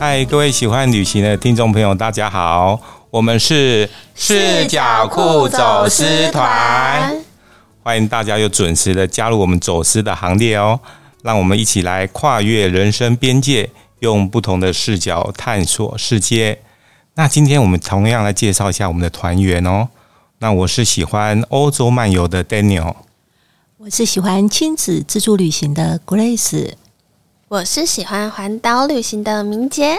嗨，各位喜欢旅行的听众朋友，大家好，我们是四角裤走私团，欢迎大家又准时的加入我们走私的行列哦。让我们一起来跨越人生边界，用不同的视角探索世界。那今天我们同样来介绍一下我们的团员哦。那我是喜欢欧洲漫游的 Daniel，我是喜欢亲子自助旅行的 Grace。我是喜欢环岛旅行的明杰，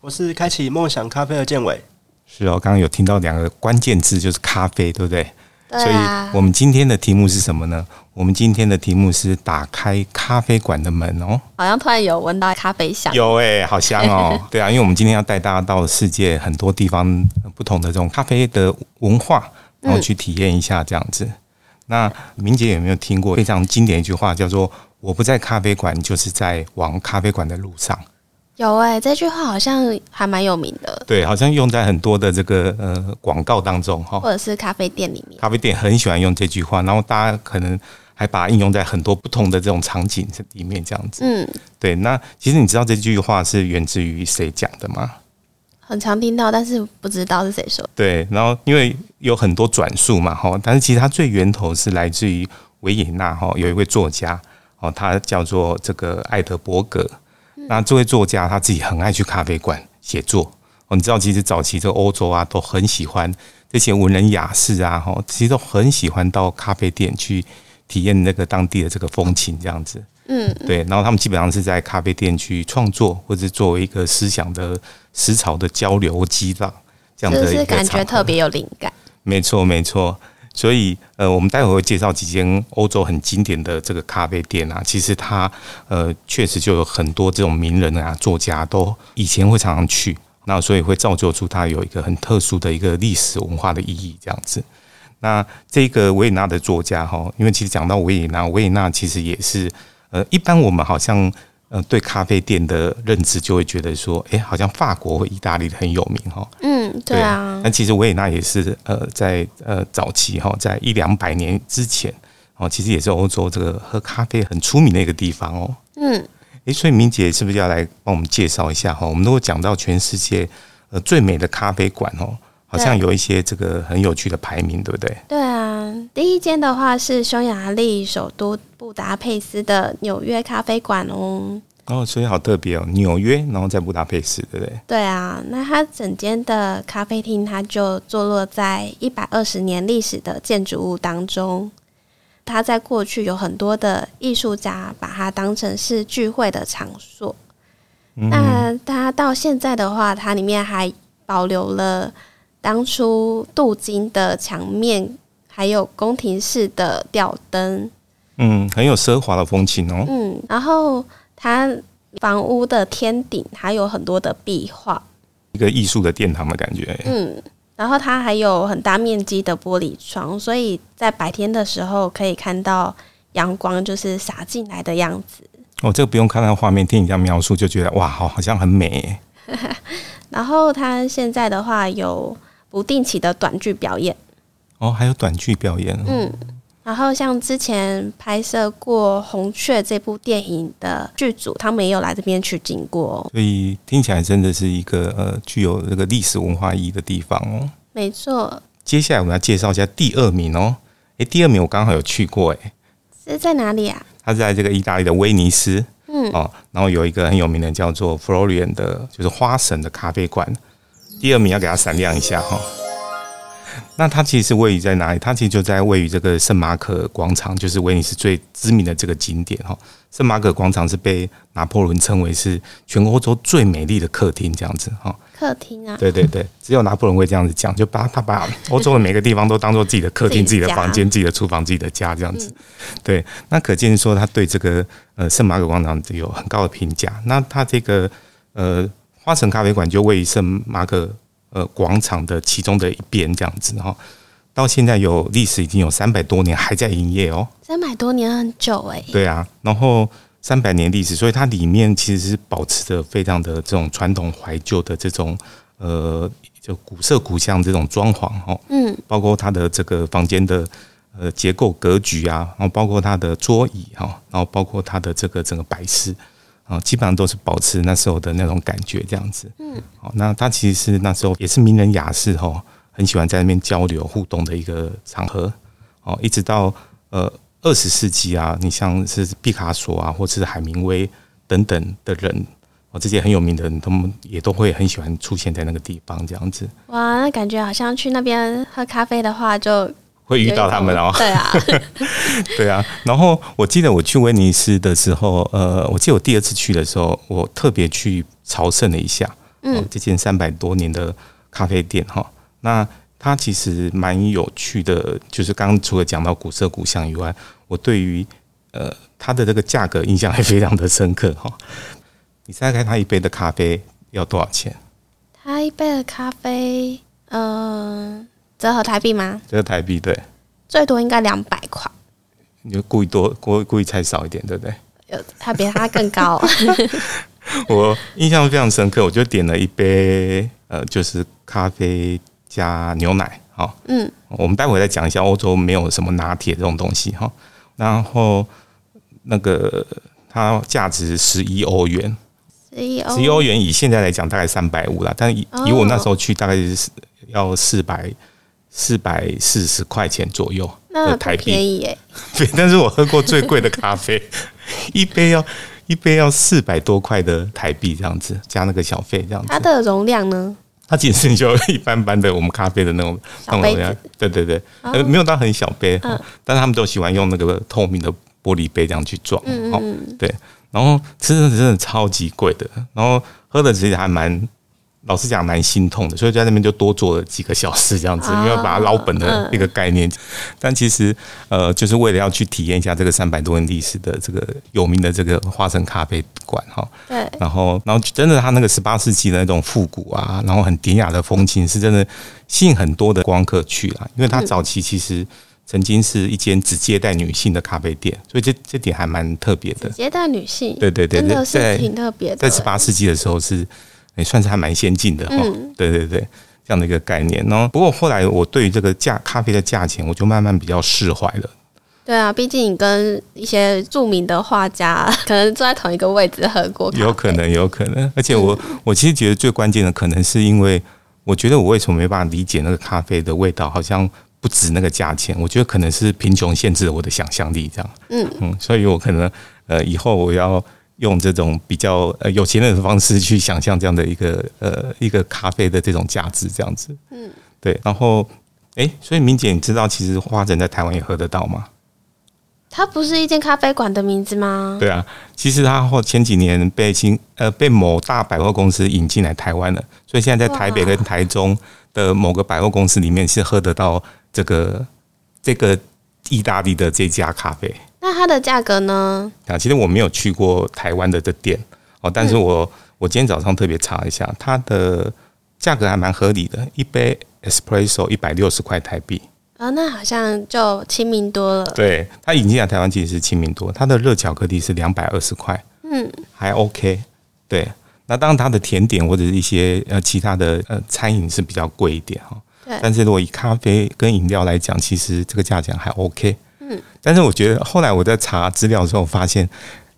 我是开启梦想咖啡的建伟。是哦，刚刚有听到两个关键字，就是咖啡，对不对？对所以啊我，们今天的题目是什么呢？我们今天的题目是打开咖啡馆的门哦。好像突然有闻到咖啡香，有哎、好香 哦！对啊，因为我们今天要带大家到世界很多地方呃不同的这种咖啡的文化，然后去体验一下这样子。那明姐有没有听过非常经典一句话，叫做“我不在咖啡馆，就是在往咖啡馆的路上有哎、这句话好像还蛮有名”？的，对，好像用在很多的这个呃广告当中哈、或者是咖啡店里面。咖啡店很喜欢用这句话，然后大家可能还把它应用在很多不同的这种场景里面这样子。嗯，对，那其实你知道这句话是源自于谁讲的吗？很常听到，但是不知道是谁说的。对，然后因为有很多转述嘛，哈，但是其实它最源头是来自于维也纳哈，有一位作家哦，他叫做这个艾德伯格。嗯那这位作家他自己很爱去咖啡馆写作哦，你知道，其实早期这个欧洲啊都很喜欢这些文人雅士啊，哈，其实都很喜欢到咖啡店去体验那个当地的这个风情这样子。嗯，对，然后他们基本上是在咖啡店去创作，或者作为一个思想的思潮的交流激荡，这样就的一是个感觉场特合别有灵感。没错，没错。所以，呃，我们待会会介绍几间欧洲很经典的这个咖啡店啊。其实它，呃，确实就有很多这种名人啊、作家都以前会常常去，那所以会造就出它有一个很特殊的一个历史文化的意义这样子。那这个维也纳的作家哈，因为其实讲到维也纳，维也纳其实也是，呃，一般我们好像呃对咖啡店的认知就会觉得说，诶，好像法国或意大利的很有名哈。嗯，对啊那，其实维也纳也是呃，在呃早期哈、在一两百年之前哦，其实也是欧洲这个喝咖啡很出名的一个地方哦。嗯，诶，所以明姐是不是要来帮我们介绍一下哈、我们如果讲到全世界呃最美的咖啡馆哦，好像有一些这个很有趣的排名，对不对？对啊。第一间的话是匈牙利首都布达佩斯的纽约咖啡馆哦。哦，所以好特别哦，纽约，然后在布达佩斯，对不对？对啊，那它整间的咖啡厅，它就坐落在一百二十年历史的建筑物当中。它在过去有很多的艺术家把它当成是聚会的场所。那它到现在的话，它里面还保留了当初镀金的墙面，还有宫廷式的吊灯。嗯，很有奢华的风情哦。嗯，然后它房屋的天顶还有很多的壁画。一个艺术的殿堂的感觉。嗯，然后它还有很大面积的玻璃窗，所以在白天的时候可以看到阳光就是洒进来的样子。哦，这个不用看到画面，听你这样描述就觉得哇，好，好像很美耶。然后它现在的话有不定期的短剧表演，哦，还有短剧表演哦。嗯。然后像之前拍摄过《红雀》这部电影的剧组，他们也有来这边取景过哦、所以听起来真的是一个呃具有这个历史文化意义的地方哦。没错，接下来我们来介绍一下第二名哦。诶，第二名我刚好有去过，诶，是在哪里啊？它是在这个意大利的威尼斯嗯，哦，然后有一个很有名的叫做 Florian 的，就是花神的咖啡馆。第二名要给它闪亮一下哈、那它其实是位于在哪里？它其实就在位于这个圣马可广场，就是威尼斯最知名的这个景点哈、圣马可广场是被拿破仑称为是全欧洲最美丽的客厅，这样子哈、客厅啊，对对对，只有拿破仑会这样子讲，就把他把欧洲的每个地方都当做自己的客厅、自自己己的的家嗯房间、自己的厨房、自己的家这样子。对，那可见说他对这个呃圣马可广场有很高的评价。那他这个呃花城咖啡馆就位于圣马可呃广场的其中的一边这样子哈、到现在有历史已经有三百多年，还在营业哦。三百多年很久哎、对啊，然后三百年历史，所以它里面其实是保持着非常的这种传统怀旧的这种呃，就古色古香这种装潢哦，嗯，包括它的这个房间的呃结哦构格局啊，然后包括它的桌椅哈、然后包括它的这个整个摆饰啊、啊、基本上都是保持那时候的那种感觉这样子。嗯，好，那它其实是那时候也是名人雅士哈、哦，很喜欢在那边交流互动的一个场合。哦，一直到呃二十世纪啊，你像是毕卡索啊，或是海明威等等的人。哦，这些很有名的人，他们也都会很喜欢出现在那个地方，这样子哇，那感觉好像去那边喝咖啡的话，就会遇有一到他们种 哦。对啊，对啊，然后我记得我去威尼斯的时候，呃，我记得我第二次去的时候，我特别去朝圣了一下，嗯、嗯这间三百多年的咖啡店哈、那它其实蛮有趣的，就是刚刚除了讲到古色古香以外，我对于呃它的这个价格印象还非常的深刻哈、你猜猜它一杯的咖啡要多少钱？他一杯的咖啡，嗯、折合台币吗？这个台币对，最多应该两百块，你就故意多故故意猜少一点，对不对？有他比他更高。我印象非常深刻，我就点了一杯呃，就是咖啡加牛奶。好、嗯，我们待会再讲一下欧洲没有什么拿铁这种东西哈、然后那个它价值十一欧元，十一欧，十一欧元以现在来讲大概三百五啦，但以哦以我那时候去大概是要四百四百四十块钱左右那的不台币便。宜耶、对， 但是我喝过最贵的咖啡， 一杯要一杯要四百多块的台币这样子，加那个小费这样它子。的容量呢？它其实就一般般的我们咖啡的那种那小种杯容量子，哦嗯对对对，呃，没有到很小杯，但他们都喜欢用那个透明的玻璃杯这样去装。嗯哦嗯嗯，然后吃的真的超级贵的，然后喝的其实还蛮，老实讲蛮心痛的，所以在那边就多坐了几个小时这样子，啊因为把它捞本的一个概念。嗯但其实呃，就是为了要去体验一下这个三百多年历史的这个有名的这个花城咖啡馆哈，对，然后然后真的它那个十八世纪的那种复古啊，然后很典雅的风情，是真的吸引很多的观光客去啦，因为它早期其实。曾经是一间只接待女性的咖啡店，所以这这点还蛮特别的。接待女性，对对对真的是在挺特别的、在十八世纪的时候是，也、算是还蛮先进的哈、嗯对对对，这样的一个概念。然后，不过后来我对于这个价咖啡的价钱，我就慢慢比较释怀了。对啊，毕竟你跟一些著名的画家 可能坐在同一个位置喝过咖嗯啡，有可能，有可能。而且我我其实觉得最关键的，可能是因为我觉得我为什么没办法理解那个咖啡的味道，好像不止那个价钱。我觉得可能是贫穷限制了我的想象力，这样。嗯嗯，所以我可能呃以后我要。用这种比较呃有钱人的方式去想象这样的一个呃一个咖啡的这种价值，这样子，嗯，对。然后，诶，所以明姐，你知道其实花城在台湾也喝得到吗？它不是一间咖啡馆的名字吗？对啊，其实他后前几年被新呃被某大百货公司引进来台湾了，所以现在在台北哇跟台中的某个百货公司里面是喝得到这个这个意大利的这家咖啡那它的价格呢？啊。其实我没有去过台湾的这店哦，但是我、我今天早上特别查一下，它的价格还蛮合理的，一杯 espresso 一百六十块台币。啊，那好像就亲民多了。对，它引进来台湾其实是亲民多，它的热巧克力是两百二十块，嗯，还 OK。对，那当然它的甜点或者是一些呃其他的呃餐饮是比较贵一点哈，对但是如果以咖啡跟饮料来讲，其实这个价钱还 OK。嗯，但是我觉得后来我在查资料的时候发现，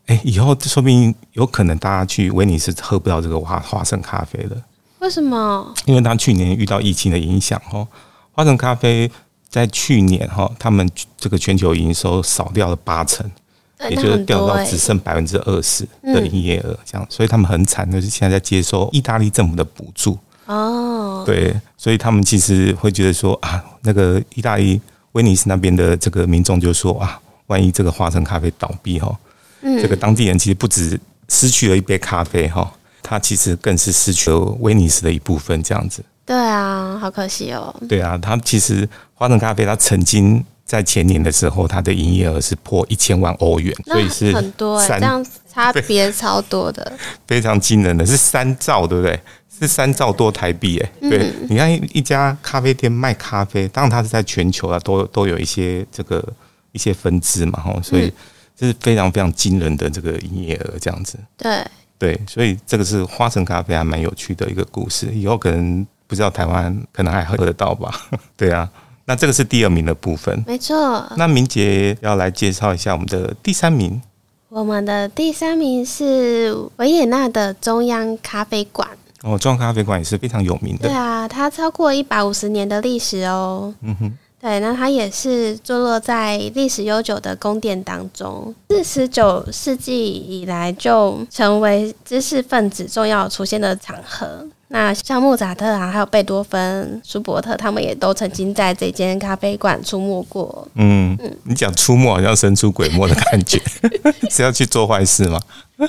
哎、以后说不定有可能大家去威尼斯喝不到这个花花生咖啡了。为什么？因为他去年遇到疫情的影响哦，花城咖啡在去年哈，他们这个全球营收少掉了八成，对也那就是很掉多嗯到哎、只剩百分之二十的营业额这样，所以他们很惨，就是现在在接收意大利政府的补助，哦，对，所以他们其实会觉得说啊，那个意大利威尼斯那边的这个民众就说啊，万一这个花城咖啡倒闭哈，嗯这个当地人其实不止失去了一杯咖啡哈，他其实更是失去了威尼斯的一部分这样子。对啊，好可惜哦。对啊，它其实花城咖啡，它曾经在前年的时候，它的营业额是破一千万欧元，所以那是很多哎、三这样差别超多的。非常惊人的，是三兆，对不对？是三兆多台币，哎，嗯对，你看一一家咖啡店卖咖啡，当然它是在全球啊，都都有一些这个一些分支嘛，吼，嗯所以这是非常非常惊人的这个营业额，这样子。对，对，所以这个是花城咖啡还蛮有趣的一个故事，以后可能不知道台湾可能还喝得到吧？ 对啊，那这个是第二名的部分。没错。那明杰要来介绍一下我们的第三名，我们的第三名是维也纳的中央咖啡馆。哦，中央咖啡馆也是非常有名对的。啊，它超过一百五十年的历史哦。嗯哼，对，那它也是坐落在历史悠久的宫殿当中，自十九世纪以来就成为知识分子重要出现的场合。那像莫扎特啊，还有贝多芬、舒伯特，他们也都曾经在这间咖啡馆出没过。嗯，你讲出没好像神出鬼没的感觉， 是要去做坏事吗？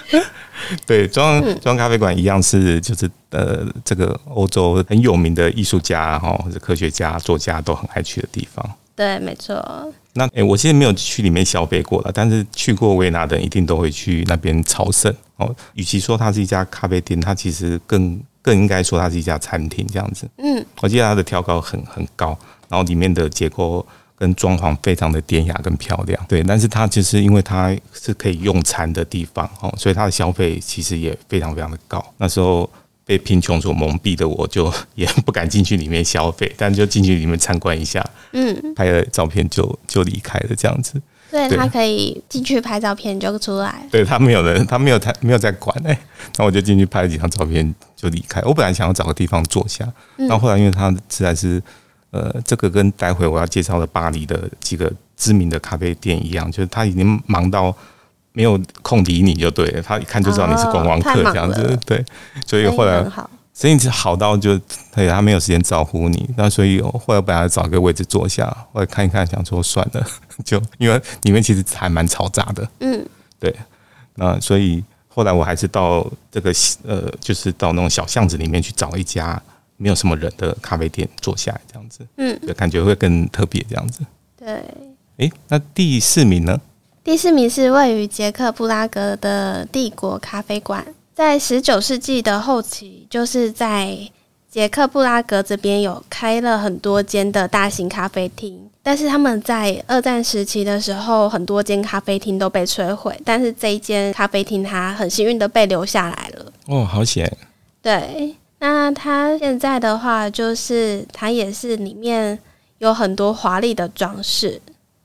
对，中央嗯中央咖啡馆一样是就是呃，这个欧洲很有名的艺术家哈，或者科学家、作家都很爱去的地方。对，没错，那诶、我其实没有去里面消费过了，但是去过维也纳的人一定都会去那边朝圣哦。与其说它是一家咖啡店，它其实更更应该说它是一家餐厅这样子。嗯，我记得它的挑高很很高，然后里面的结构跟装潢非常的典雅跟漂亮。对，但是它就是因为它是可以用餐的地方哦，所以它的消费其实也非常非常的高。那时候。被贫穷所蒙蔽的我，就 也不敢进去里面消费，但就进去里面参观一下，嗯，拍了照片就就离开了，这样子。对，对他可以进去拍照片就出来。对他没有人，他没有他没有在管哎、然后我就进去拍了几张照片就离开。我本来想要找个地方坐下，嗯然后后来因为他实在是呃，这个跟待会我要介绍的巴黎的几个知名的咖啡店一样，就是他已经忙到。没有空理你就对了，他一看就知道你是观光哦太客忙这样子了，哎对，所以生意后来很好，生意是好到就对他没有时间招呼你，那所以后来本来找个位置坐下，后来看一看，想说算了， 就因为里面其实还蛮嘈杂的，嗯，那所以后来我还是到这个呃，就是到那种小巷子里面去找一家没有什么人的咖啡店坐下来，这样子，嗯，就感觉会更特别这样子。对。诶，那第四名呢？第四名是位于捷克布拉格的帝国咖啡馆，在十九世纪的后期，就是在捷克布拉格这边有开了很多间的大型咖啡厅，但是他们在二战时期的时候，很多间咖啡厅都被摧毁，但是这一间咖啡厅它很幸运的被留下来了。哦，好险！对，那它现在的话，就是它也是里面有很多华丽的装饰。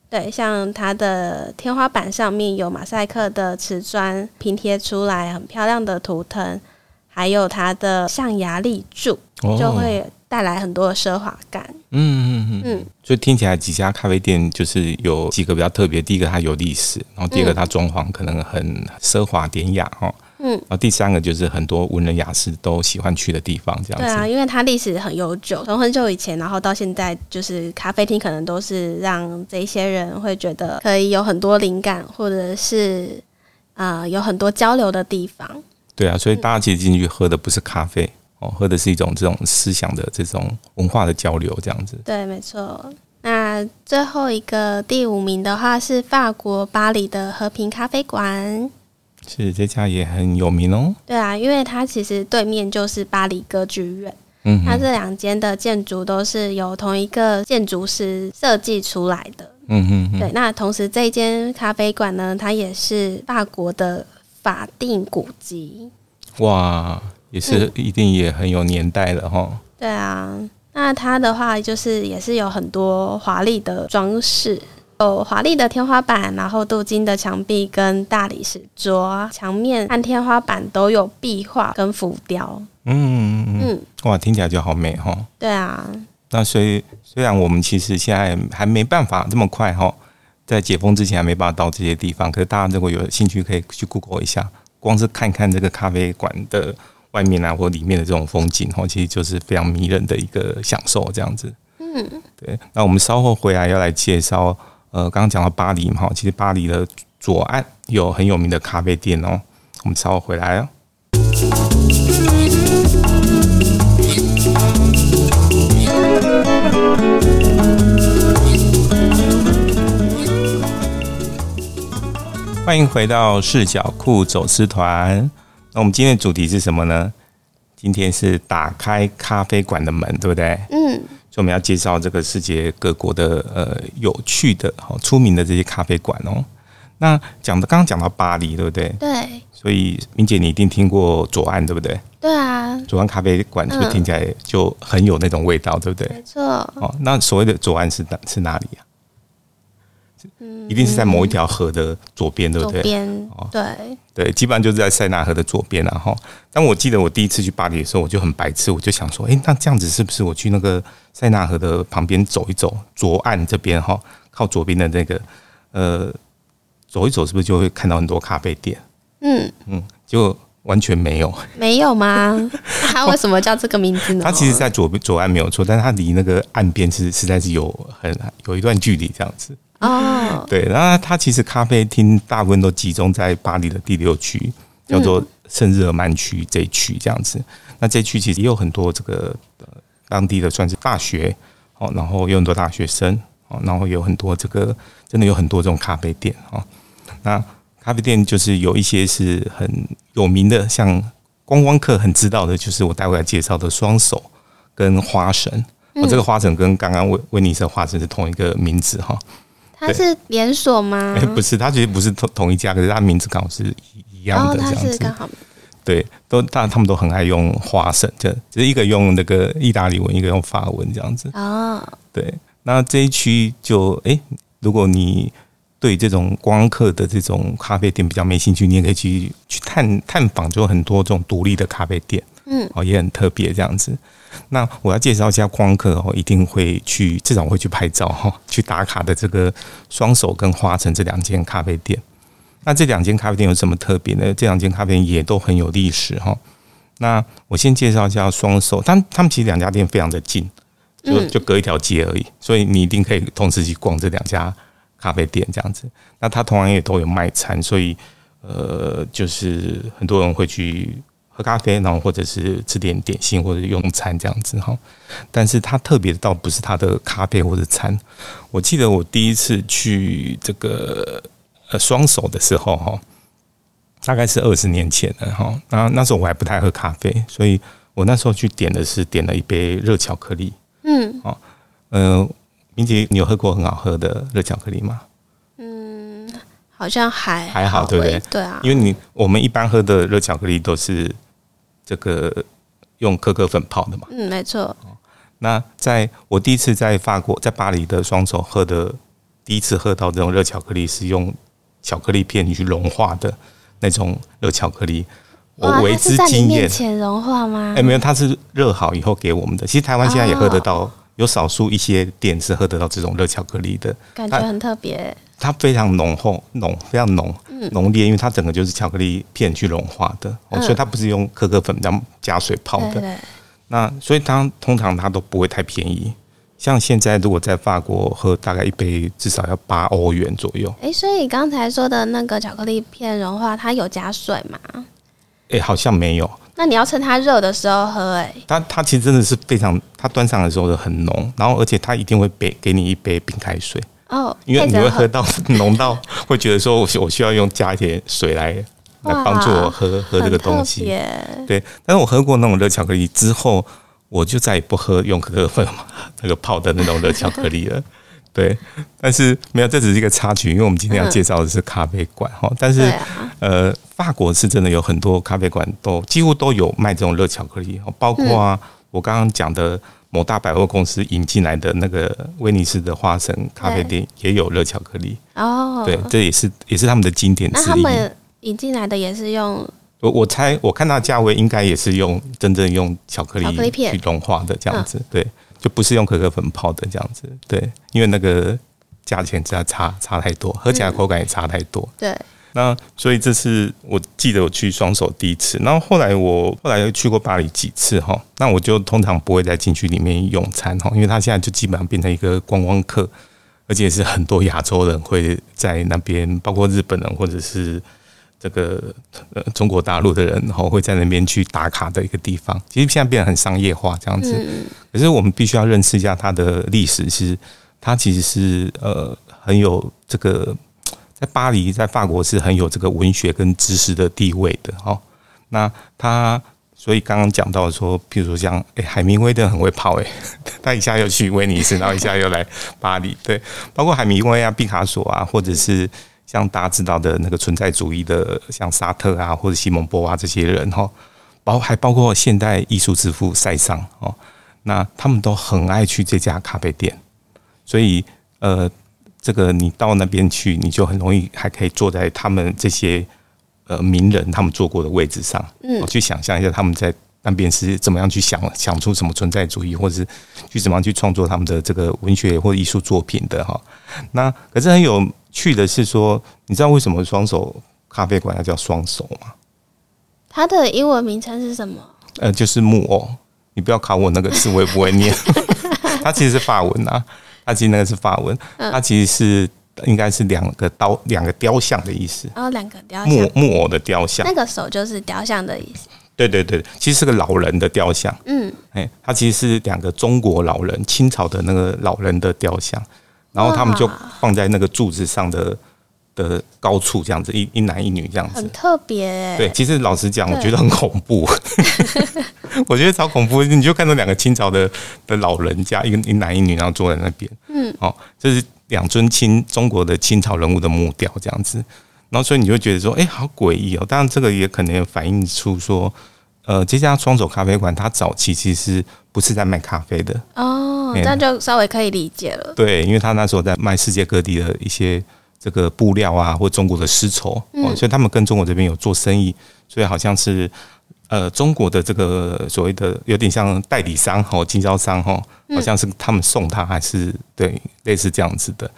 对，像它的天花板上面有马赛克的瓷砖拼贴出来很漂亮的图腾，还有它的象牙立柱，哦就会带来很多的奢华感。嗯嗯嗯嗯嗯，所以听起来几家咖啡店就是有几个比较特别。第一个它有历史，然后第二个嗯它装潢可能很奢华典雅哦，嗯然后第三个就是很多文人雅士都喜欢去的地方，这样对子。啊，因为它历史很悠久，从很久以前，然后到现在，就是咖啡厅可能都是让这一些人会觉得可以有很多灵感，或者是呃有很多交流的地方。对啊，所以大家其实进去喝的不是咖啡哦，喝的是一种这种思想的这种文化的交流，这样子。对，没错。那最后一个第五名的话是法国巴黎的和平咖啡馆。是这家也很有名哦。对啊，因为它其实对面就是巴黎歌剧院，嗯它哼，这两间的建筑都是由同一个建筑师设计出来的。嗯哼哼，对，那同时这一间咖啡馆呢，它也是法国的法定古迹。嗯哇，也嗯是一定也很有年代了哈、哦。对啊，那它的话就是也是有很多华丽的装饰，有华丽的天花板，然后镀金的墙壁跟大理石桌，墙面和天花板都有壁画跟浮雕。嗯嗯嗯，嗯，哇，听起来就好美哈、哦。对啊，那所以虽然我们其实现在还没办法这么快哈、在解封之前还没办法到这些地方，可是大家如果有兴趣，可以去 Google 一下，光是看看这个咖啡馆的外面啊或里面的这种风景哈、其实就是非常迷人的一个享受，这样子。嗯，对，那我们稍后回来要来介绍，呃，刚刚讲到巴黎嘛，其实巴黎的左岸有很有名的咖啡店哦，我们稍后回来哦。欢迎回到视角库走私团。那我们今天的主题是什么呢？今天是打开咖啡馆的门，对不对？嗯，所以我们要介绍这个世界各国的呃有趣的、好出名的这些咖啡馆哦。那讲的刚刚讲到巴黎，对不对？对，啊嗯所以明姐你一定听过左岸，对不对？对啊，左岸咖啡馆是不是嗯听起来就很有那种味道，对不对？没错。哦，那所谓的左岸是哪是哪里啊？啊一定是在某一条河的左边，对不嗯左对？边哦对，对，基本上就是在塞纳河的左边、啊，然后，但我记得我第一次去巴黎的时候，我就很白痴，我就想说，诶，那这样子是不是我去那个塞纳河的旁边走一走，左岸这边哈，靠左边的那个，呃，走一走是不是就会看到很多咖啡店？嗯，嗯，结果完全没有。没有吗？ 它为什么叫这个名字呢？它其实，在左边左岸没有错，但是它离那个岸边是实在是有很有一段距离这样子。哦，对，那它其实咖啡厅大部分都集中在巴黎的第六区，叫做圣日耳曼区这一区这样子。那这一区其实也有很多这个、呃、当地的算是大学哦，然后有很多大学生哦，然后有很多这个真的有很多这种咖啡店哦。那咖啡店就是有一些是很有名的，像观光客很知道的，就是我待会要介绍的双手跟花神。我、哦、这个花神跟刚刚威威尼斯的花神是同一个名字哈、它是连锁吗哎、？ 不是，它其实不是同同一家，可是它名字刚好是一一然样后的这它样哦是子。刚好对，都但他们都很爱用花神，这只是一个用那个意大利文，一个用法文这样子。哦，对，那这一区就哎、如果你对这种观光客的这种咖啡店比较没兴趣，你也可以去去探探访，就有很多这种独立的咖啡店，嗯，哦，也很特别这样子。那我要介绍一下观光客哦，一定会去，至少会去拍照哈、去打卡的这个双手跟花城这两间咖啡店。那这两间咖啡店有什么特别呢？这两间咖啡店也都很有历史哈、那我先介绍一下双手，他们他们其实两家店非常的近，就嗯就隔一条街而已，所以你一定可以同时去逛这两家咖啡店这样子。那它同样也都有卖餐，所以呃，就是很多人会去喝咖啡，然后或者是吃点点心或者用餐这样子哈。但是它特别的倒不是它的咖啡或者餐，我记得我第一次去这个呃双手的时候哈，大概是二十年前了哈。那那时候我还不太喝咖啡，所以我那时候去点的是点了一杯热巧克力。嗯呃，明杰，你有喝过很好喝的热巧克力吗？嗯，好像还还好对不对欸对啊，因为你我们一般喝的热巧克力都是这个用可可粉泡的嘛。嗯，没错，那在我第一次在法国，在巴黎的双手喝的，第一次喝到这种热巧克力是用巧克力片去融化的那种热巧克力，哇我为它是之在你惊艳面。前融化吗哎、？没有，它是热好以后给我们的。其实台湾现在也啊喝得到，有少数一些店是喝得到这种热巧克力的。感觉很特别，它非常浓厚、浓非常浓、浓烈，因为它整个就是巧克力片去融化的，哦嗯所以它不是用可可粉这样加水泡对的。对，那所以它通常它都不会太便宜。像现在如果在法国喝大概一杯至少要八欧元左右，哎，所以刚才说的那个巧克力片融化，它有加水吗？诶，好像没有。那你要趁它热的时候喝、哎，它它其实真的是非常，它端上来的时候很浓，然后而且它一定会给给你一杯冰开水，哦，因为配你着会喝到 浓到会觉得说我需我需要用加一点水来来帮助我哇喝喝这个东西。很特别对，但是我喝过那种热巧克力之后，我就再也不喝用可可粉那个 泡的那种热巧克力 了。对，但是没有，这只是一个插曲，因为我们今天要介绍的是咖啡馆哈。但是、对啊，呃，法国是真的有很多咖啡馆都几乎都有卖这种热巧克力，哦包括嗯啊、我刚刚讲的某大百货公司引进来的那个威尼斯的花神咖啡店也有热巧克力，哦，对，这也是也是他们的经典之那一。他们引进来的也是用我我猜，我看它的价位应该也是用真正用巧克巧克力力片嗯去融化的这样子，对，就不是用可可粉泡的这样子，对，因为那个价钱实在差差太多，喝起嗯来口感也差太多。对，那所以这是我记得我去双手第一次，然后后来我后来又去过巴黎几次哈，那我就通常不会再进去里面用餐哈，因为它现在就基本上变成一个观光客，而且是很多亚洲人会在那边，包括日本人或者是这个呃中国大陆的人，然后会在那边去打卡的一个地方。其实现在变得很商业化这样子，嗯，可是我们必须要认识一下它的历史，其实它其实是呃很有这个在巴黎，在法国是很有这个文学跟知识的地位的哦。那它所以刚刚讲到说，譬如说像诶海明威的很会泡诶、他一下又去威尼斯，然后一下又来巴黎，对，包括海明威啊、毕卡索啊，或者是。像大家知道的那个存在主义的，像沙特啊，或者西蒙波娃这些人哈，包还包括现代艺术之父塞尚哦，那他们都很爱去这家咖啡店，所以呃，这个你到那边去，你就很容易还可以坐在他们这些呃名人他们坐过的位置上，嗯我去想象一下他们在那边是怎么样去想想出什么存在主义，或者是去怎么样去创作他们的这个文学或艺术作品的哈。那可是很有趣的是说，你知道为什么双手咖啡馆它叫双手吗？它的英文名称是什么？呃，就是木偶。你不要考我那个字，我也不会念。 它其实是法文啊，它其实那个是法文，嗯它其实是应该是两个刀两个雕像的意思，然哦后两个雕像木，木偶的雕像那。个手就是雕像的意思。对对对，其实是个老人的雕像。嗯，哎、他其实是两个中国老人，清朝的那个老人的雕像，然后他们就哇放在那个柱子上的的高处，这样子，一一男一女这样子很。特别、欸。对，其实老实讲，对我觉得很恐 怖。 我觉得超恐怖，你就看到两个清朝的的老人家，一个一男一女，然后坐在那边。嗯，哦，这是两尊清中国的清朝人物的木雕这样子。然后所以你就会觉得说，哎、好诡异哦。当然，这个也可能有反映出说，呃，这家双手咖啡馆它早期其实不是在卖咖啡的，哦，哎这样就稍微可以理解了。对，因为他那时候在卖世界各地的一些这个布料啊，或中国的丝绸、哦，所以他们跟中国这边有做生意，所以好像是呃中国的这个所谓的有点像代理商哈、哦，经销商哈、哦，好像是他们送他还是对类似这样子的，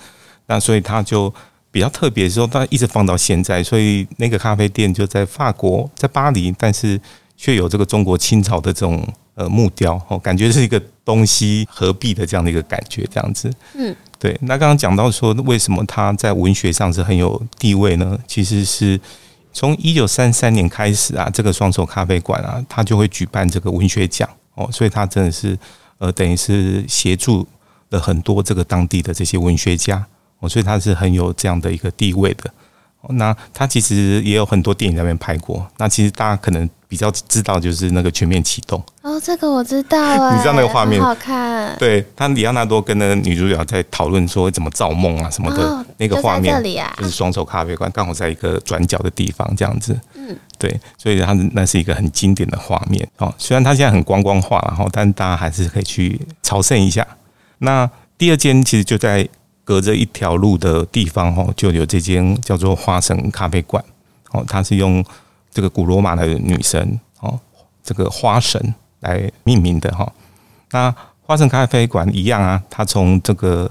那所以他就。比较特别的时候，他一直放到现在，所以那个咖啡店就在法国，在巴黎，但是却有这个中国清朝的这种呃木雕，哦，感觉是一个东西合璧的这样的一个感觉，这样子。对，那刚刚讲到说，为什么他在文学上是很有地位呢？其实是从一九三三年开始啊，这个双手咖啡馆啊，他就会举办这个文学奖哦，所以他真的是呃，等于是协助了很多这个当地的这些文学家哦，所以他是很有这样的一个地位的。哦那他其实也有很多电影在那边拍过，那其实大家可能比较知道就是那个全面启动。哦，这个 我知道、哎，你知道那个画面很好看。对他，里奥纳多跟那个女主角在讨论说怎么造梦啊什么的，哦那个画就在面这里啊就是双手咖啡馆，刚好在一个转角的地方这样子。嗯，对，所以它那是一个很经典的画面哦。虽然它现在很观光化了，然后但大家还是可以去朝圣一下。那第二间其实就在隔着一条路的地方哦，就有这间叫做花神咖啡馆哦，它是用这个古罗马的女神哦，这个花神来命名的哈、那花神咖啡馆一样啊，它从这个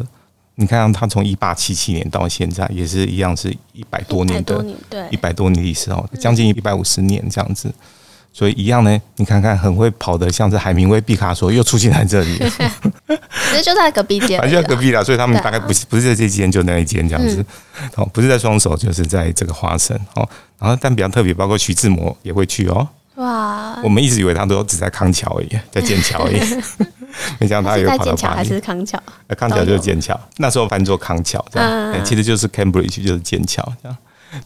你看啊，它从一八七七年到现在，也是一样是一百多年太多的年嗯对一，百多年历史哦，将近一百五十年这样子。所以一样呢，你看看很会跑的，像是海明威、毕卡索又出现在 这里 了，其实就在隔壁间而反已正就在啦，隔壁啦，所以他们对啊嗯大概不是不是在这间就那一间这样子，哦，不是在双手就是在这个花神哦，然后但比较特别，包括徐志摩也会去哦，哇我，们一直以为他都只在康桥而已，在剑桥 而已，没想到他它是有在哎跑到剑桥巴还黎。是康桥？呃，康桥就是剑桥，那时候翻作康桥这样、嗯哎其实就是 Cambridge 就是剑桥这样，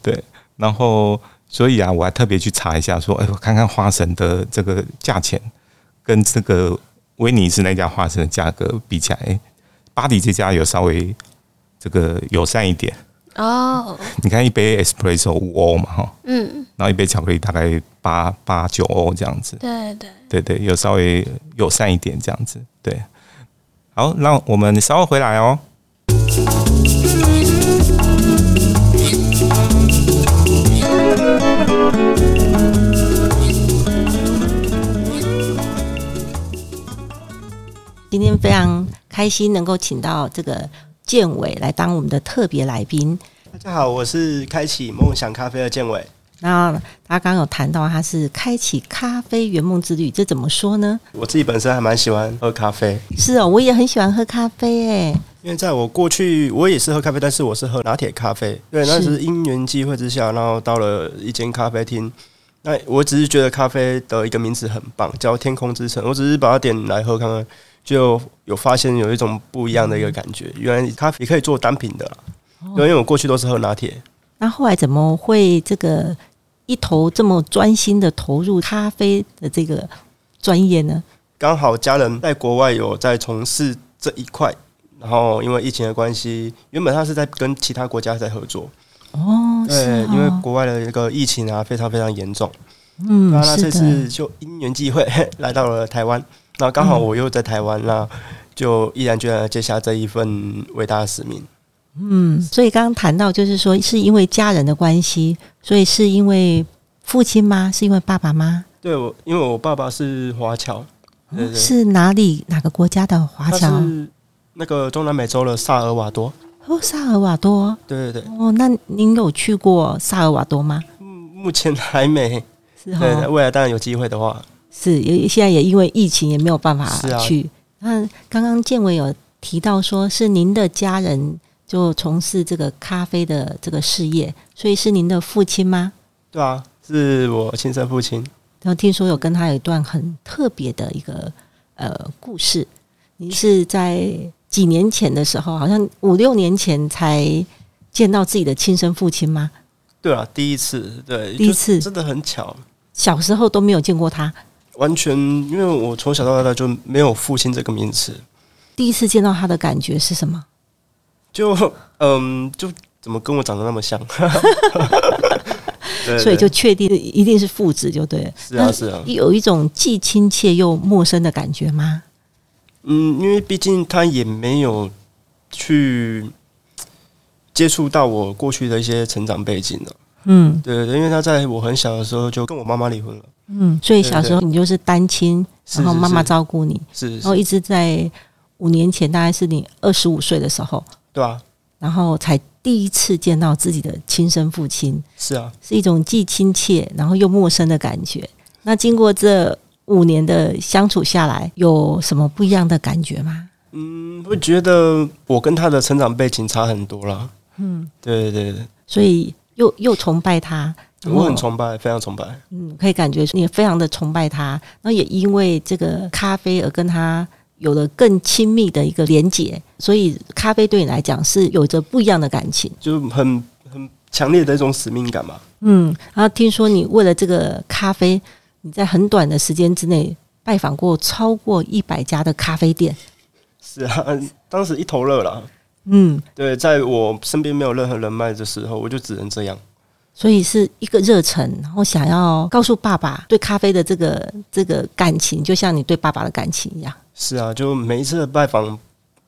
对。然后所以啊，我还特别去查一下说，哎，我看看花神的这个价钱跟这个威尼斯那家花神的价格比起来，哎巴黎这家有稍微这个友善一点。哦，你看一杯 espresso 五欧嘛哈，嗯，然后一杯巧克力大概八八九欧这样子，对对，对对，有稍微友善一点这样子，对。好，那我们稍后回来哦。今天非常开心能够请到这个建伟来当我们的特别来宾。大家好，我是开启梦想咖啡的建伟。那他刚刚有谈到他是开启咖啡圆梦之旅，这怎么说呢？我自己本身还蛮喜欢喝咖啡，是哦，我也很喜欢喝咖啡诶。因为在我过去我也是喝咖啡，但是我是喝拿铁咖啡。对，那是是因缘机会之下，然后到了一间咖啡厅。那我只是觉得咖啡的一个名字很棒，叫天空之城。我只是把它点来喝看看，就有发现有一种不一样的一个感觉。原来咖啡也可以做单品的啦，对因为我过去都是喝拿铁。那后来怎么会这个一头这么专心的投入咖啡的这个专业呢？刚好家人在国外有在从事这一块，然后因为疫情的关系，原本他是在跟其他国家在合作，哦，是对，哦因为国外的一个疫情啊非常非常严重，那嗯，那是这次的，就因缘际会 来到了台湾，那嗯刚好我又在台湾，那就毅然决然地接下这一份伟大的使命。嗯，所以刚刚谈到就是说，是因为家人的关系，所以是因为父亲吗？是因为爸爸吗？对，我因为我爸爸是华侨，对对哦是哪里哪个国家的华他侨？是那个中南美洲的萨尔瓦多。哦，萨尔瓦多。对对对，哦，那您有去过萨尔瓦多吗？目前还没。是对，哦对，未来当然有机会的话，是也现在也因为疫情也没有办法是啊去。那刚刚建伟有提到说，是您的家人就从事这个咖啡的这个事业，所以是您的父亲吗？对啊，是我亲生父亲。然后听说有跟他有一段很特别的一个呃故事，您是在几年前的时候，好像五六年前才见到自己的亲生父亲吗？对啊，第一次，对，第一次就真的很巧，小时候都没有见过他，完全因为我从小到大就没有父亲这个名词，第一次见到他的感觉是什么？就 嗯，就怎么跟我长得那么像， 对所以就确定一定是父子就对了。是啊是啊，有一种既亲切又陌生的感觉吗？嗯，因为毕竟他也没有去接触到我过去的一些成长背景呢、啊嗯对对，因为他在我很小的时候就跟我妈妈离婚了，嗯，所以小时候你就是单亲，是然后是妈妈哦是照顾你，是然后是，一直在五年前，大概是你二十五岁的时候，对啊，然后才第一次见到自己的亲生父亲，是啊，是一种既亲切然后又陌生的感觉。那经过这五年的相处下来，有什么不一样的感觉吗？嗯，会觉得我跟他的成长背景差很多啦。嗯，对对对，所以又又崇拜他，然后我很崇拜，非常崇拜。嗯，可以感觉你非常的崇拜他，然后也因为这个咖啡而跟他有了更亲密的一个连结，所以咖啡对你来讲是有着不一样的感情。就很很强烈的一种使命感嘛。嗯，然后听说你为了这个咖啡，你在很短的时间之内拜访过超过一百家的咖啡店。是啊， 当时一头热啦。嗯，对，在我身边没有任何人脉的时候，我就只能这样。所以是一个热忱，然后想要告诉爸爸对咖啡的这个这个感情，就像你对爸爸的感情一样。是啊，就每一次的拜访，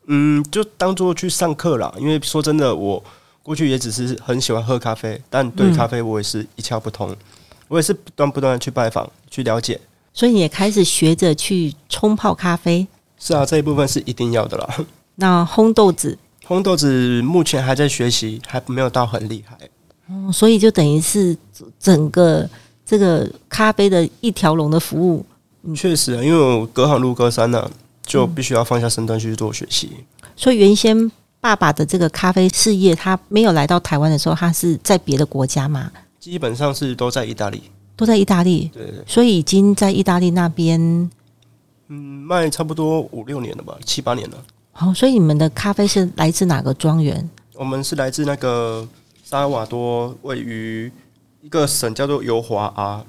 嗯，就当做去上课啦。因为说真的，我过去也只是很喜欢喝咖啡，但对嗯咖啡我也是一窍不通。我也是不断不断的去拜访，去了解。所以你也开始学着去冲泡咖啡，是啊，这一部分是一定要的啦。那烘豆子烘豆子目前还在学习，还没有到很厉害。哦所以就等于是整个这个咖啡的一条龙的服务，确实啊，因为我隔行如隔山呢、就必须要放下身段去做学习。所以原先爸爸的这个咖啡事业，他没有来到台湾的时候，他是在别的国家嘛，基本上是都在意大利，都在意大利，对对对，所以已经在意大利那边。嗯，卖差不多五六年了吧，七八年了。哦，所以你们的咖啡是来自哪个庄园？我们是来自那个萨尔瓦多，位于一个省叫做尤华阿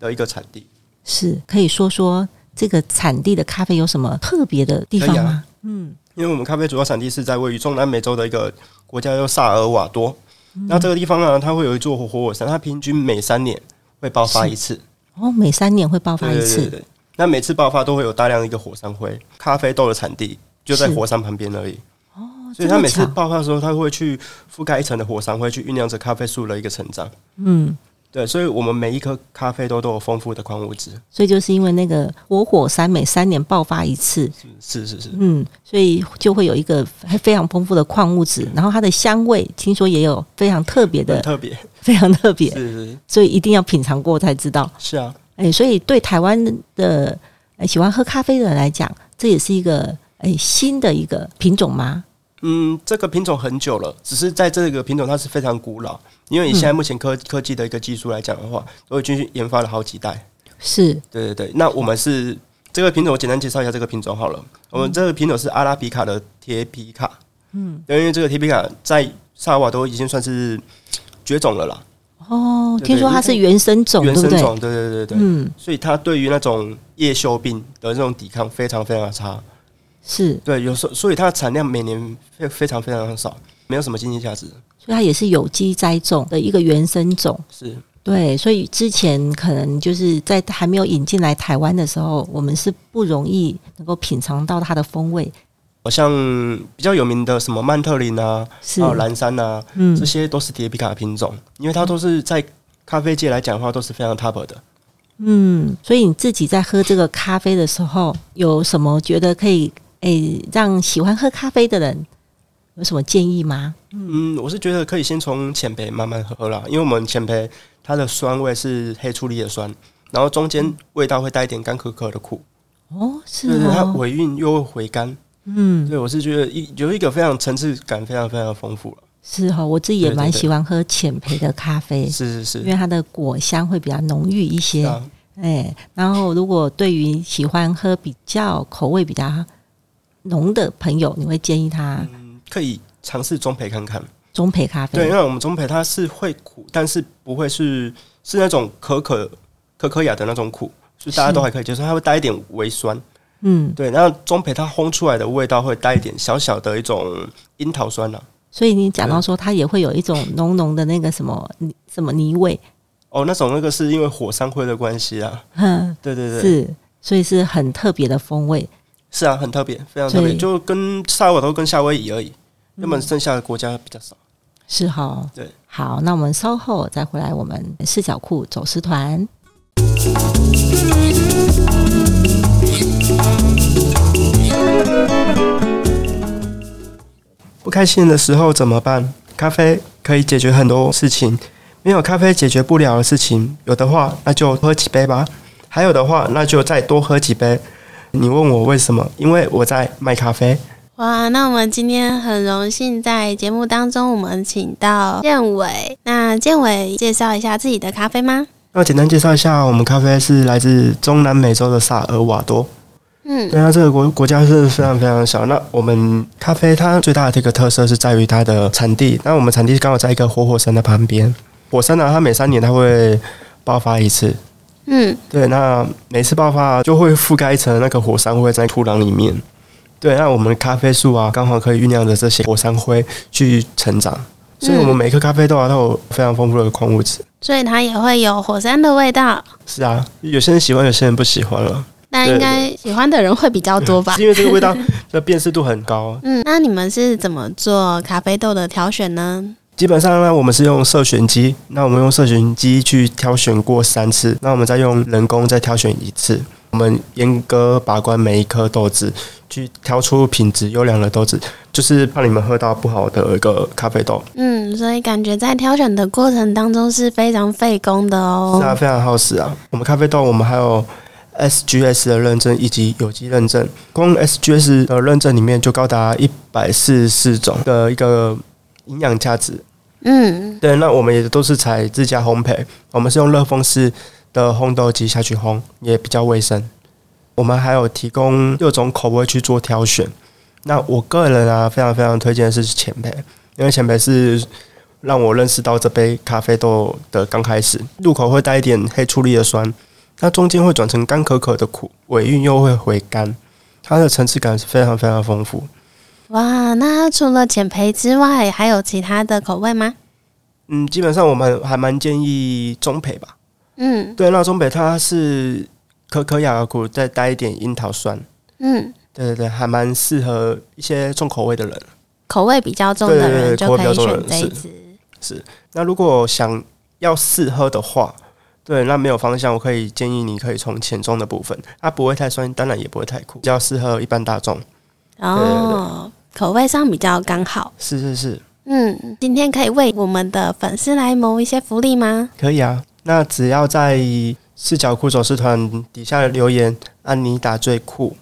的一个产地。是可以说说这个产地的咖啡有什么特别的地方可以吗啊？因为我们咖啡主要产地是在位于中南美洲的一个国家叫萨尔瓦多。那这个地方呢，它会有一座活火山，它平均每三年会爆发一次，哦，每三年会爆发一次，对对对对那每次爆发都会有大量的一个火山灰，咖啡豆的产地就在是火山旁边而已。哦所以它每次这么巧爆发的时候，它会去覆盖一层的火山灰，去酝酿着咖啡树的一个成长。嗯，对，所以我们每一颗咖啡豆都有丰富的矿物质。所以就是因为那个活火山每三年爆发一次，是是是，嗯，所以就会有一个非常丰富的矿物质，然后它的香味听说也有非常特别很 的，特别。非常特别，是是所以一定要品尝过才知道。是啊，哎，所以对台湾的、哎、喜欢喝咖啡的人来讲，这也是一个哎新的一个品种吗？嗯，这个品种很久了，只是在这个品种它是非常古老，因为以现嗯在目前科科技的一个技术来讲的话，都已经研发了好几代。是对对对，那我们是这个品种，我简单介绍一下这个品种好了。我们这个品种是阿拉比卡的铁皮卡，嗯，因为这个铁皮卡在萨尔瓦多已经算是绝种了啦，哦，对听说它是原生种，原对生不对？种，对对对对，嗯，所以它对于那种叶锈病的这种抵抗非常非常的差，是，对，有时候所以它的产量每年非非常非常的少，没有什么经济价值，所以它也是有机栽种的一个原生种。是对，所以之前可能就是在还没有引进来台湾的时候，我们是不容易能够品尝到它的风味。好像比较有名的什么曼特林啊，是还有蓝山啊，嗯这些都是蝶皮卡的品种，因为它都是在咖啡界来讲的话，都是非常 top 的。嗯，所以你自己在喝这个咖啡的时候，有什么觉得可以诶、让喜欢喝咖啡的人有什么建议吗？嗯，我是觉得可以先从浅焙慢慢喝啦，因为我们浅焙它的酸味是黑醋栗的酸，然后中间味道会带一点干可可的苦，哦，是对对，它哦，尾韵又会回甘。嗯，对我是觉得一有一个非常层次感非常非常丰富啊了，是哦，我自己也对对蛮对喜欢喝浅焙的咖啡，是是因为是，它的果香会比较浓郁一些。啊，哎、然后如果对于喜欢喝比较口味比较浓的朋友，你会建议他嗯，可以尝试中焙看看。中焙咖对，啡因？为我们中焙它是会苦，但是不会是是那种可可可可雅的那种苦，就大家都还可以接受，它会带一点微酸。嗯，对，那中培它烘出来的味道会带一点小小的一种樱桃酸啊呐、所以你讲到说它也会有一种浓浓的那个什么泥什么泥味，哦，那种那个是因为火山灰的关系啊。 哼，对对对，是，所以是很特别的风味。是啊，很特别，非常特别，对嗯就跟萨尔瓦多跟夏威夷而已，原本剩下的国家比较少。是哈，对，好，那我们稍后再回来，我们视角库走私团。不开心的时候怎么办？咖啡可以解决很多事情，没有咖啡解决不了的事情，有的话那就喝几杯吧，还有的话那就再多喝几杯。你问我为什么？因为我在卖咖啡。哇，那我们今天很荣幸在节目当中，我们请到建伟。那建伟介绍一下自己的咖啡吗？那简单介绍一下，我们咖啡是来自中南美洲的萨尔瓦多。嗯，对啊，这个国国家是非常非常小。那我们咖啡它最大的这个特色是在于它的产地。那我们产地刚好在一个活火山的旁边。火山呢、它每三年它会爆发一次。嗯，对，那每次爆发就会覆盖一层那个火山灰在土壤里面。对，那我们咖啡树啊，刚好可以酝酿着这些火山灰去成长。所以，我们每一颗咖啡豆啊，都有非常丰富的矿物质。所以它也会有火山的味道。是啊，有些人喜欢，有些人不喜欢了。那对应该喜欢的人会比较多吧是？因为这个味道的辨识度很高，嗯，那你们是怎么做咖啡豆的挑选呢？基本上呢，我们是用色选机，那我们用色选机去挑选过三次，那我们再用人工再挑选一次。我们严格把关每一颗豆子，去挑出品质优良的豆子，就是怕你们喝到不好的一个咖啡豆，嗯，所以感觉在挑选的过程当中是非常费工的是啊，哦。非常耗时啊。我们咖啡豆，我们还有 SGS 的认证以及有机认证，光 SGS 的认证里面就高达一百四十四种的一个营养价值，嗯，对，那我们也都是采自家烘焙，我们是用热风式的烘豆机下去烘，也比较卫生。我们还有提供六种口味去做挑选。那我个人啊，非常非常推荐的是浅焙，因为浅焙是让我认识到这杯咖啡豆的刚开始，入口会带一点黑醋栗的酸，那中间会转成干可可的苦，尾韵又会回甘，它的层次感是非常非常丰富。哇，那除了浅焙之外，还有其他的口味吗？嗯，基本上我们还蛮建议中焙吧。嗯对，那中北它是可可雅苦，再带一点樱桃酸。嗯，对对对，还蛮适合一些重口味的人。口味比较重的人对对对就口味可比较以重的选人这一是支。那如果想要试喝的话，对，那没有方向，我可以建议你可以从浅中的部分，它不会太酸，当然也不会太苦，比较适合一般大众。哦，口味上比较刚好。是是是，嗯，今天可以为我们的粉丝来谋一些福利吗？可以啊。那只要在视角酷走私团底下留言“安妮达最酷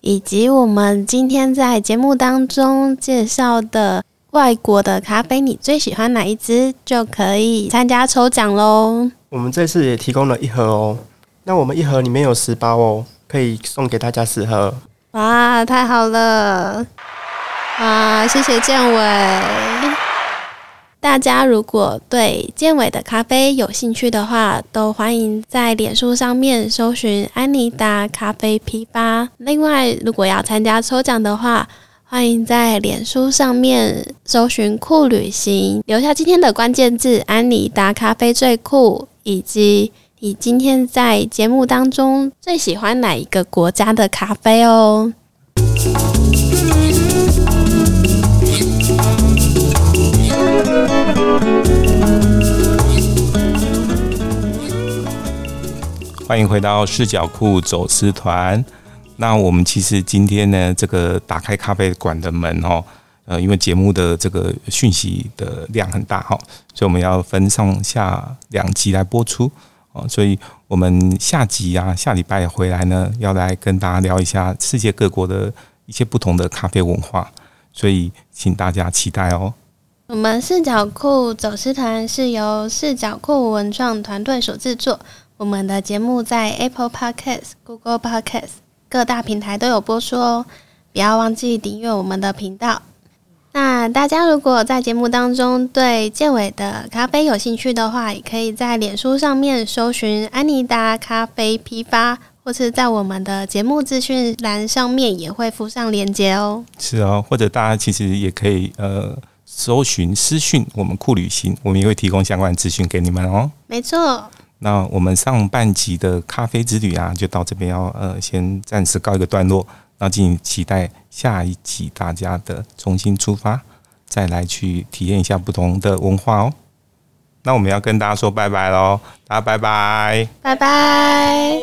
以及我们今天在节目当中介绍的外国的咖啡，你最喜欢哪一支就可以参加抽奖喽。”，我们这次也提供了一盒哦。那我们一盒里面有十包哦，可以送给大家十盒。哇，太好了！哇，谢谢建伟。大家如果对建伟的咖啡有兴趣的话，都欢迎在脸书上面搜寻安妮达咖啡批发。另外，如果要参加抽奖的话，欢迎在脸书上面搜寻酷旅行，留下今天的关键字“安妮达咖啡最酷”以及你今天在节目当中最喜欢哪一个国家的咖啡哦？欢迎回到视角库走私团。那我们其实今天呢，这个打开咖啡馆的门哦，呃，因为节目的这个讯息的量很大哈、哦，所以我们要分上下两集来播出哦。所以我们下集啊，下礼拜回来呢，要来跟大家聊一下世界各国的一些不同的咖啡文化，所以请大家期待哦。我们视角库走私团是由视角库文创团队所制作。我们的节目在 Apple Podcast、Google Podcast 各大平台都有播出哦，不要忘记订阅我们的频道。那大家如果在节目当中对建伟的咖啡有兴趣的话，也可以在脸书上面搜寻安妮达咖啡批发，或是在我们的节目资讯栏上面也会附上链接哦。是哦，或者大家其实也可以呃搜寻私讯我们酷旅行，我们也会提供相关的资讯给你们哦。没错，那我们上半集的咖啡之旅啊，就到这边要呃先暂时告一个段落，然后敬请期待下一集大家的重新出发，再来去体验一下不同的文化哦。那我们要跟大家说拜拜喽，大家拜拜。拜拜。